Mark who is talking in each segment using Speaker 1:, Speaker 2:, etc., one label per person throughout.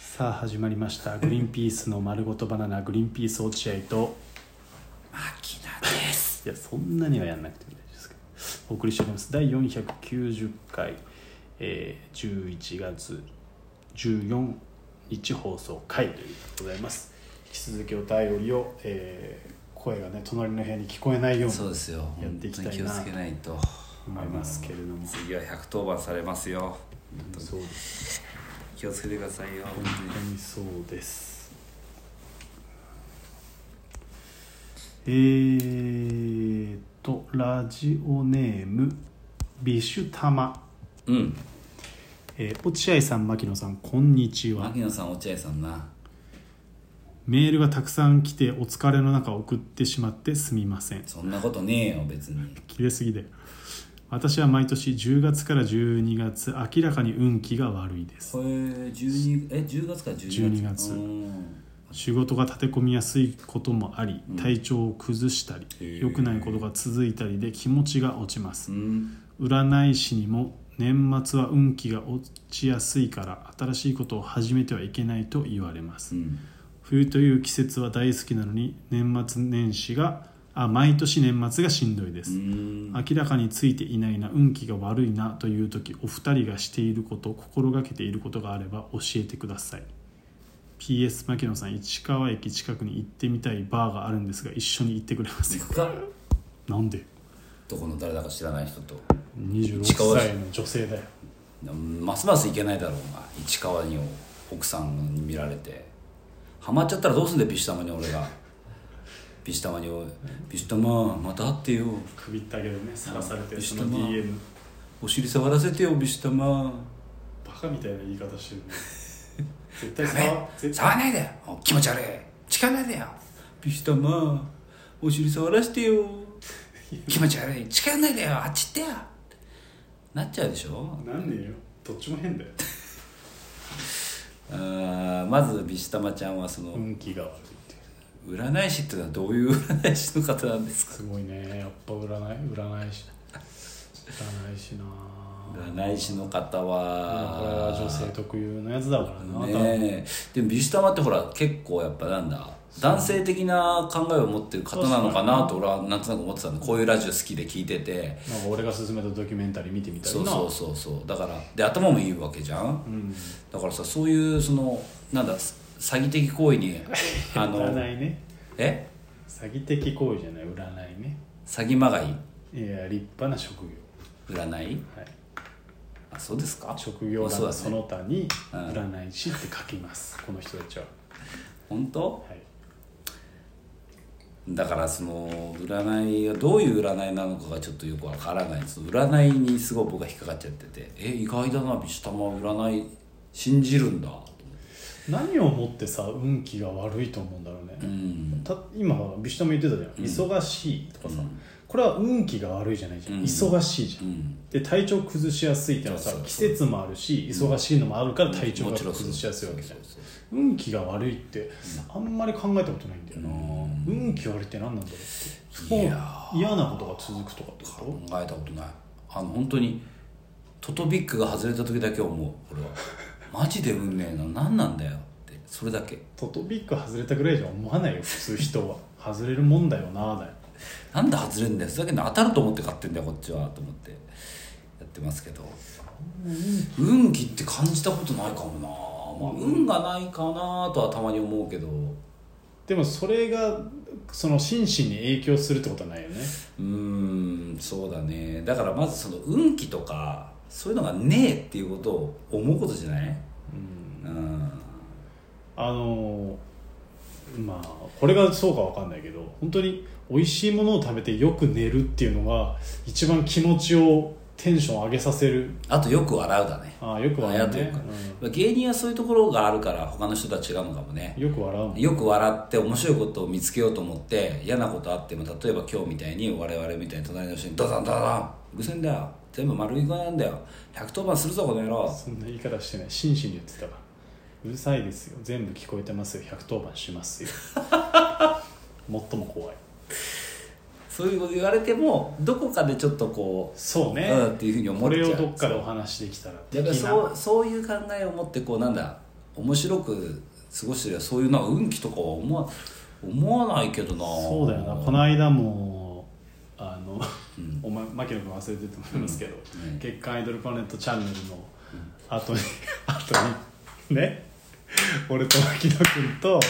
Speaker 1: さあ始まりました「グリーンピースの丸ごとバナナグリーンピース落合」と
Speaker 2: 牧野です
Speaker 1: いやそんなにはやんなくても大丈夫ですけどお送りしております第490回、えー、11月14日放送回ということでございます引き続きお便りを、えー声がね隣の部屋に聞こえないよう
Speaker 2: そう
Speaker 1: に
Speaker 2: ですよ
Speaker 1: やっていきたいな
Speaker 2: 本当に気をつけないと
Speaker 1: 思いますけれども
Speaker 2: 次は110番されますよ
Speaker 1: そうです
Speaker 2: 気をつけてくださいよ本
Speaker 1: 本当にそうですえーっとラジオネームビシュタマ
Speaker 2: 当にうん
Speaker 1: えー落合さん牧野さんこんにちは
Speaker 2: 牧野さん落合さんな
Speaker 1: メールがたくさん来てお疲れの中送ってしまってすみません
Speaker 2: そんなことねえよ別に
Speaker 1: 切れすぎだよ私は毎年10月から12月明らかに運気が悪いです
Speaker 2: これ12え10月から12
Speaker 1: 12月
Speaker 2: 月うん
Speaker 1: 仕事が立て込みやすいこともあり体調を崩した
Speaker 2: へ
Speaker 1: り
Speaker 2: ー
Speaker 1: 良くないことが続いたりで気持ちが落ちます
Speaker 2: うん
Speaker 1: 占い師にも年末は運気が落ちやすいから新しいことを始めてはいけないと言われます
Speaker 2: うん
Speaker 1: 冬という季節は大好きなのに年末年始があ毎年年末がしんどいで
Speaker 2: う
Speaker 1: す、
Speaker 2: ん
Speaker 1: 明らかについていないな運気が悪いなという時お二人がしていること心がけていることがあれば教えてください PS 牧野さん市川駅近くに行ってみたいバーがあるんですが一緒に行ってくれま せん
Speaker 2: 行
Speaker 1: か
Speaker 2: くか
Speaker 1: なんで
Speaker 2: どこの誰だか知らない人と
Speaker 1: 26
Speaker 2: 市川駅
Speaker 1: 歳の女性だよ
Speaker 2: うんますます行けないだろうが市川に奥さんに見られてハマっちゃったらどうすんだよビシュタマに俺がビシュタマに「ビシュタマまた会ってよ
Speaker 1: 首ったけどねさらされてるその
Speaker 2: 下の
Speaker 1: DM
Speaker 2: お尻触らせてよビシュタマ
Speaker 1: バカみたいな言い方して るね絶対触絶
Speaker 2: 触らないでよ気持ち悪い近ないでよビシュタマお尻触らせてよ気持ち悪い近ないでよあっち行ってよ」ってなっちゃうでしょ
Speaker 1: なんでよどっちも変だよ
Speaker 2: あーまずビシュタマちゃんはその、
Speaker 1: 運気が悪いって
Speaker 2: 占い師っていうのはどういう占い師の方なんですか
Speaker 1: すごいねやっぱ占い占い師占い師な
Speaker 2: 占い師の方
Speaker 1: これは女
Speaker 2: は
Speaker 1: 性特有のやつだからな、
Speaker 2: ねえでも美術玉ってほら結構やっぱなんだ男性的な考えを持ってる方なのかなと俺はなんとなく思ってたのこういうラジオ好きで聞いてて
Speaker 1: 多分なんか俺が勧めたドキュメンタリー見てみたいな
Speaker 2: そうそうそうそうだからで頭もいいわけじゃん
Speaker 1: うん、
Speaker 2: だからさそういうそのなんだ詐欺的行為 にあの
Speaker 1: 占いね
Speaker 2: え
Speaker 1: 詐欺的行為じゃない占いね
Speaker 2: 詐欺まが
Speaker 1: い
Speaker 2: い
Speaker 1: や立派な職業、
Speaker 2: 占い
Speaker 1: はい、
Speaker 2: あそうですか
Speaker 1: 職業
Speaker 2: あそう
Speaker 1: 欄
Speaker 2: だ
Speaker 1: の
Speaker 2: ね
Speaker 1: その他に
Speaker 2: うん
Speaker 1: 占い師って書きます、この人たちは、
Speaker 2: 本当
Speaker 1: はい、
Speaker 2: だからその占いがどういう占いなのかがちょっとよくわからないその占いにすごい僕が引っかかっちゃっててえ意外だなビシュタマ占い信じるんだ
Speaker 1: 何をもってさ運気が悪いと思うんだろうね、
Speaker 2: うん
Speaker 1: た今ビシュタも言ってたじゃん、忙しいとかさ、
Speaker 2: うん
Speaker 1: これは運気が悪いじゃないじゃん、
Speaker 2: うん
Speaker 1: 忙しいじゃん
Speaker 2: うん
Speaker 1: で体調崩しやすいっていうのはさ
Speaker 2: そうそう
Speaker 1: 季
Speaker 2: そう
Speaker 1: 節もあるし忙しいのもあるから体調が崩しやすいわけじゃん
Speaker 2: そうそうそう
Speaker 1: 運気が悪いってあんまり考えたことないんだよな、運気悪いって何なんだろうって
Speaker 2: いや
Speaker 1: もう嫌なことが続くとかってこ
Speaker 2: 考えたことないあの本当にトトビックが外れた時だけ思う俺はマジで運ねえな何なんだよってそれだけ
Speaker 1: とトトビック外れたぐらいじゃ思わないよ普通人 は外れるもんだよなだよ
Speaker 2: なんで外れんだよそれだけで当たると思って買ってんだよこっちはと思ってやってますけど運気って感じたことないかもな、まあ、運がないかなとはたまに思うけどう
Speaker 1: でもそれがその心身に影響するってことはないよね
Speaker 2: ーんそうだねだからまずその運気とかそういうのがねえっていうことを思うことじゃないうん
Speaker 1: あのーまあこれがそうかわかんないけど本当に美味しいものを食べてよく寝るっていうのが一番気持ちをテンション上げさせる
Speaker 2: あとよく笑うだね
Speaker 1: ああよく笑うね
Speaker 2: あ、芸人はそういうところがあるから他の人とは違うのかもね
Speaker 1: うんよく笑うもん
Speaker 2: よく笑って面白いことを見つけようと思って嫌なことあっても例えば今日みたいに我々みたいに隣の人にドドンドドン偶然だよ全部丸い子なんだよ110番するぞこの野郎
Speaker 1: そんな言い方してない真摯に言ってたわうるさいですよ全部聞こえてますよ110番します よ最も怖い
Speaker 2: そういうこと言われてもどこかでちょっとこ
Speaker 1: そう
Speaker 2: う、
Speaker 1: ね、
Speaker 2: うんっていうふうに思
Speaker 1: こ
Speaker 2: っち
Speaker 1: れ
Speaker 2: ゃ
Speaker 1: を
Speaker 2: う
Speaker 1: どっかでお話しできたら
Speaker 2: だから
Speaker 1: 的な
Speaker 2: そうそういう考えを持ってこうなんだ面白く過ごしてりゃそういうなんか運気とかは思わ思わないけどな
Speaker 1: そうだよなこの間もあの、
Speaker 2: うん
Speaker 1: お前牧野君忘れてると思いますけど「
Speaker 2: うんうん
Speaker 1: 月刊アイドルパネットチャンネル」の後に、 後にね 俺と牧野君と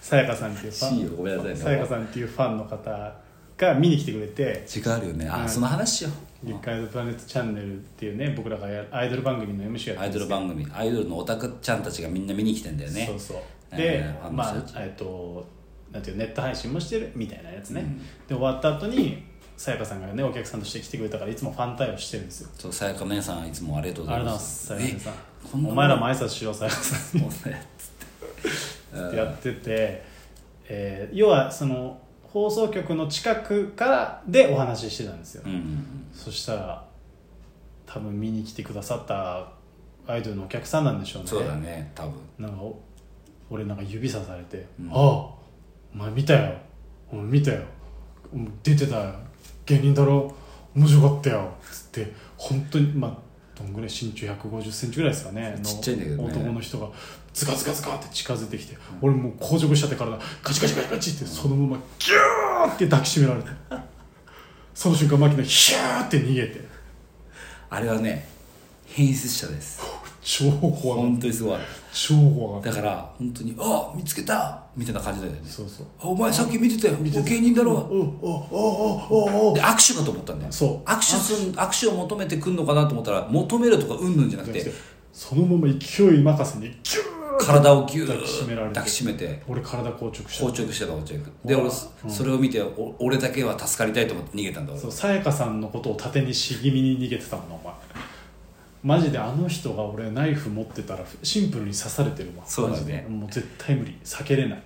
Speaker 1: さやかさんっていうフ
Speaker 2: C
Speaker 1: ァ
Speaker 2: よごめんなさい
Speaker 1: ン
Speaker 2: ね
Speaker 1: さやかさんっていうファンの方が見に来てくれて
Speaker 2: 時間あるよねあ、
Speaker 1: うん
Speaker 2: その話しよ
Speaker 1: 「月刊アイドルパネットチャンネル」っていうね僕らがやアイドル番組の MC
Speaker 2: う
Speaker 1: やっ
Speaker 2: ア
Speaker 1: て
Speaker 2: イ
Speaker 1: るんですけ
Speaker 2: ドル
Speaker 1: ど
Speaker 2: 番組アイドルのオタクちゃんたちがみんな見に来てんだよね
Speaker 1: そうそうで
Speaker 2: えーあの
Speaker 1: まあ
Speaker 2: 人たち
Speaker 1: えっとなんていうネット配信もしてるみたいなやつね、
Speaker 2: うん
Speaker 1: で終わった後にさやかさんがねお客さんとして来てくれたからいつもファン対応してるんですよ
Speaker 2: そうさやか姉さんいつもありがとうご
Speaker 1: あ
Speaker 2: ざい
Speaker 1: れだ
Speaker 2: ます
Speaker 1: さやかさん
Speaker 2: えこんな
Speaker 1: お前らも挨拶しろさやかさん
Speaker 2: そうねつって
Speaker 1: っ
Speaker 2: う
Speaker 1: て
Speaker 2: ん
Speaker 1: やってて、えー要はその放送局の近くからでお話ししてたんですよ、
Speaker 2: うん
Speaker 1: そしたら多分見に来てくださったアイドルのお客さんなんでしょうね
Speaker 2: そうだね多分
Speaker 1: なんかお俺なんか指さされて「
Speaker 2: うん
Speaker 1: ああお前見たよお前見たようん出てたよ芸人だろ面白かったよ」つって本当にまあどんぐらい身長1 5 0ンチぐらいですかねの
Speaker 2: ちっちゃいんだけどね
Speaker 1: 男の人がズカズカズカって近づいてきて、俺もう硬直しちゃって体カチカチカチカチってそのままギューって抱きしめられてその瞬間牧野ヒューって逃げて
Speaker 2: あれはね変質者です
Speaker 1: 超怖がっ
Speaker 2: 本当にすごい
Speaker 1: た超怖がった
Speaker 2: だから本当に「あ見つけた!」みたいな感じだよね
Speaker 1: そうそう
Speaker 2: あお前さっき見てたよお芸人だろ
Speaker 1: おおおおおお
Speaker 2: で握手かと思ったんだよ
Speaker 1: そう
Speaker 2: 握手すん握手を求めてくんのかなと思ったら求めるとかうんぬんじゃなくて
Speaker 1: そのまま勢い任せにギュー
Speaker 2: 体をギュー
Speaker 1: 抱きしめられ
Speaker 2: ッ
Speaker 1: て
Speaker 2: 抱きしめて
Speaker 1: 俺体硬直しちゃっ
Speaker 2: 硬
Speaker 1: た
Speaker 2: 直してた硬直で俺そそれを見てお俺だけは助かりたいと思って逃げたんだ俺
Speaker 1: そうさやかさんのことを盾にし気味に逃げてたもんなお前マジであの人が俺ナイフ持ってたらシンプルに刺されてるわ
Speaker 2: そうだね
Speaker 1: マジでもう絶対無理避けれない、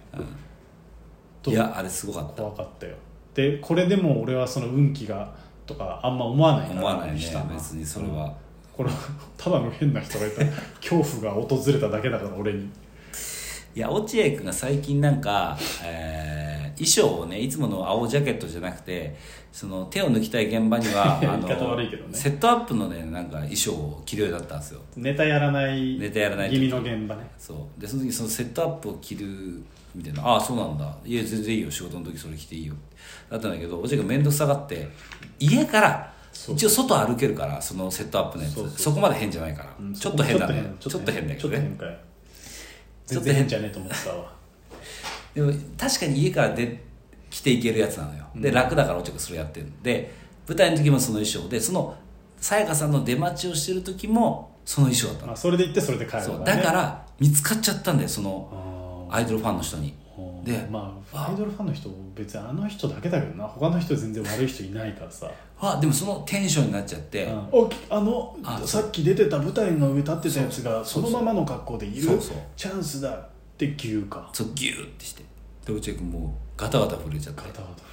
Speaker 1: と
Speaker 2: いやあれすごかった
Speaker 1: 怖かったよでこれでも俺はその運気がとかあんま思わない
Speaker 2: 思わないね
Speaker 1: した
Speaker 2: 別にそれは
Speaker 1: これはただの変な人がいた恐怖が訪れただけだから俺に
Speaker 2: いや落合君が最近なんか、えー衣装をねいつもの青ジャケットじゃなくてその手を抜きたい現場に は
Speaker 1: 言い方悪いけどね
Speaker 2: セットアップのねなんか衣装を着るようになったんですよ
Speaker 1: ネタやらない
Speaker 2: ネタやらない
Speaker 1: 気味の現場ね
Speaker 2: そうでその時にそのセットアップを着るみたいな「ああそうなんだいや全然いいよ仕事の時それ着ていいよ」だったんだけどおじいが面倒くさがって家から
Speaker 1: そう
Speaker 2: 一応外歩けるからそのセットアップのやつ
Speaker 1: そ
Speaker 2: そう
Speaker 1: そうそう
Speaker 2: こまで変じゃないから、
Speaker 1: うん
Speaker 2: ちょっと変だねち
Speaker 1: ち
Speaker 2: ょ
Speaker 1: ょ
Speaker 2: っ
Speaker 1: っと
Speaker 2: と変
Speaker 1: 変だ
Speaker 2: だけ
Speaker 1: け
Speaker 2: ど
Speaker 1: ど
Speaker 2: ね
Speaker 1: ねちょっと変かい全
Speaker 2: ちょっと変
Speaker 1: 然変じゃねえと思ってた わ
Speaker 2: でも確かに家からで着ていけるやつなのよで楽だからおちょくそれやってるんで舞台の時もその衣装でそのさやかさんの出待ちをしてる時もその衣装だったの、
Speaker 1: まあそれで行ってそれで帰る
Speaker 2: そう
Speaker 1: ら
Speaker 2: だ
Speaker 1: ね
Speaker 2: から見つかっちゃったんだよその
Speaker 1: あ
Speaker 2: アイドルファンの人に
Speaker 1: ー
Speaker 2: で
Speaker 1: まあアイドルファンの人別にあの人だけだけどな他の人全然悪い人いないから さ、
Speaker 2: あでもそのテンションになっちゃって、
Speaker 1: うんおきあの
Speaker 2: あそう
Speaker 1: さっき出てた舞台の上立ってたやつがそのままの格好でいる
Speaker 2: そうそう
Speaker 1: チャンスだって牛か
Speaker 2: そうギューってしてで落合君もうガタガタ震えちゃって
Speaker 1: ガタガタ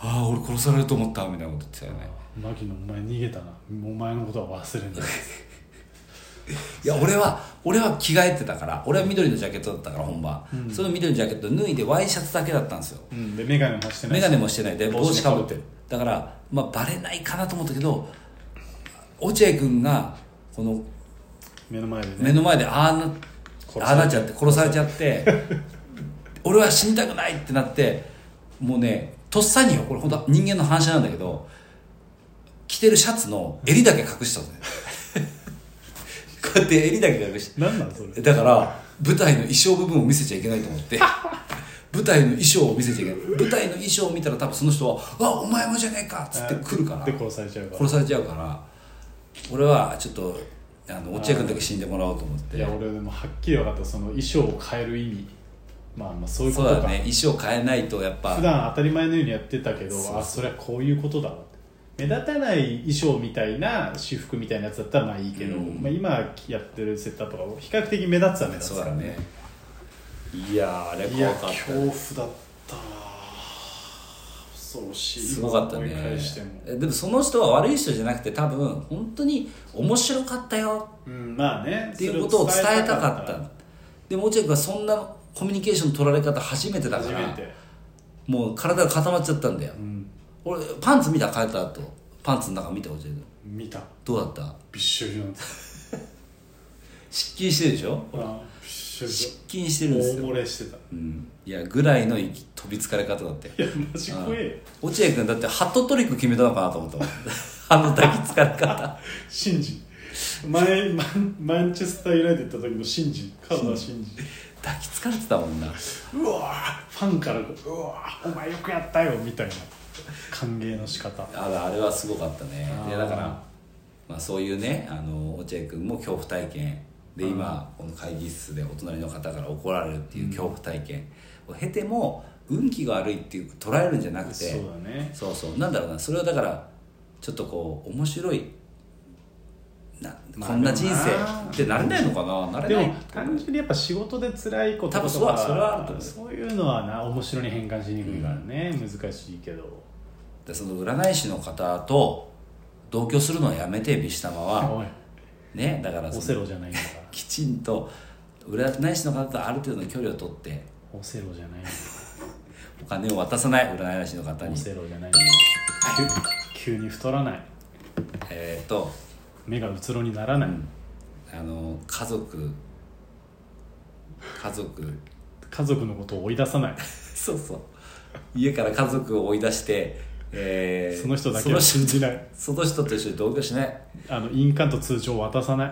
Speaker 2: ああ俺殺されると思ったみたいなこと言ってたよね
Speaker 1: 牧野お前逃げたなお前のことは忘れ ない
Speaker 2: いや俺は俺は着替えてたから俺は緑のジャケットだったから本番、その緑のジャケット脱いでワイシャツだけだったんですよ
Speaker 1: うんで眼鏡もしてない
Speaker 2: 眼鏡もしてないで帽
Speaker 1: 帽
Speaker 2: 子
Speaker 1: 子
Speaker 2: か
Speaker 1: かぶ
Speaker 2: ぶっ
Speaker 1: ってて
Speaker 2: る
Speaker 1: る
Speaker 2: だから、まあ、バレないかなと思ったけど落合君がこの
Speaker 1: 目の前で
Speaker 2: 目
Speaker 1: ね
Speaker 2: の前でああな
Speaker 1: 殺され
Speaker 2: ああなっちゃって殺されちゃって 俺は死にたくないってなってもうねとっさによこれ本当人間の反射なんだけど着てるシャツの襟だけ隠したのよ こうやって襟だけ隠して
Speaker 1: 何なんそれ
Speaker 2: だから舞台の衣装部分を見せちゃいけないと思って 舞台の衣装を見せちゃいけない舞台の衣装を見たら多分その人は「あお前もじゃねえか」っつって来るから
Speaker 1: で殺されちゃうから
Speaker 2: 殺されちゃうから俺はちょっとあの落合君だけ死んでもらおうと思って
Speaker 1: いや俺でもはっきり分かったその衣装を変える意味まあまあそういうこ
Speaker 2: そう
Speaker 1: とか
Speaker 2: だね衣装変えないとやっぱ
Speaker 1: 普段当たり前のようにやってたけど
Speaker 2: そう
Speaker 1: あそれはこういうことだわって目立たない衣装みたいな私服みたいなやつだったらまあいいけど、
Speaker 2: うん
Speaker 1: まあ、今やってるセットアップが比較的目立つは目立
Speaker 2: そ
Speaker 1: つ
Speaker 2: う
Speaker 1: か
Speaker 2: だ
Speaker 1: ら
Speaker 2: ねいやーあれ
Speaker 1: いや
Speaker 2: 怖かっ
Speaker 1: 恐怖だったわ恐ろしたい
Speaker 2: すごかったね
Speaker 1: 今思い返しても
Speaker 2: えでもその人は悪い人じゃなくて多分本当に面白かったよ
Speaker 1: うんまあね
Speaker 2: っていうことを伝えたかったでも落合君はそんなコミュニケーション取られ方初めてだか
Speaker 1: 初
Speaker 2: ら
Speaker 1: めて、
Speaker 2: もう体が固まっちゃったんだよ、
Speaker 1: うん、
Speaker 2: 俺パンツ見た帰った後パンツの中見て落合君
Speaker 1: 見た
Speaker 2: どうだった
Speaker 1: びっしょりなんです
Speaker 2: 失禁してるでしょ
Speaker 1: あびっし
Speaker 2: 失禁してるんです
Speaker 1: 大
Speaker 2: よ、
Speaker 1: 漏れしてた
Speaker 2: うん、いやぐらいの息飛びつかれ方だって
Speaker 1: いやマジ怖えよ
Speaker 2: うん落合君だってハットトリック決めたのかなと思ったもん あの抱きつかれ方
Speaker 1: シンジ前マンマンチェスターユナイテッドの時のシンジカ川田シンジ
Speaker 2: 抱きつかれてたもんな
Speaker 1: うわーファンからこう「うわーお前よくやったよ」みたいな歓迎の仕方
Speaker 2: ああれはすごかったね
Speaker 1: あー
Speaker 2: でだから、まあ、そういうねあの落合君も恐怖体験で今この会議室でお隣の方から怒られるっていう恐怖体験を経ても運気が悪いっていう捉えるんじゃなくて
Speaker 1: そうだね
Speaker 2: そうそうなんだろうなそれはだからちょっとこう面白いな
Speaker 1: まあ
Speaker 2: こんな人
Speaker 1: でもな
Speaker 2: 生ってなれないのかななれ
Speaker 1: で
Speaker 2: ない
Speaker 1: も単純にやっぱ仕事で辛いこと
Speaker 2: 多分
Speaker 1: と
Speaker 2: そう
Speaker 1: か
Speaker 2: だそれはあると思う
Speaker 1: そういうのはな面白に変換しにくいからね、難しいけど
Speaker 2: でその占い師の方と同居するのはやめてビシュタマは
Speaker 1: おい
Speaker 2: ねだからそ
Speaker 1: オ
Speaker 2: の
Speaker 1: セロじゃないんだか
Speaker 2: きちんと占い師の方とある程度の距離を取って
Speaker 1: らオセロじゃないんだ
Speaker 2: お金を渡さない占い師の方
Speaker 1: オ
Speaker 2: に
Speaker 1: セロじゃないんだ急急に太らない
Speaker 2: えっ、と、
Speaker 1: 目がうつろになら
Speaker 2: う
Speaker 1: ない、
Speaker 2: ん、あの家族家族
Speaker 1: 家族のことを追い出さない
Speaker 2: そうそう家から家族を追い出して、えー
Speaker 1: その人だけを信じない
Speaker 2: その人その人と一緒に同居しない
Speaker 1: あの印鑑と通帳を渡さない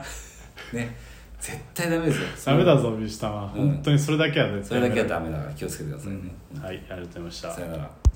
Speaker 2: ね絶対ダメですよ
Speaker 1: ダメだぞビシタは、
Speaker 2: うん
Speaker 1: 本当にそれだけは絶
Speaker 2: そ
Speaker 1: 対
Speaker 2: れだ
Speaker 1: やめ
Speaker 2: け
Speaker 1: ろ
Speaker 2: はダメだから気をつけてくださいね、
Speaker 1: はいありがとうございました
Speaker 2: さよなら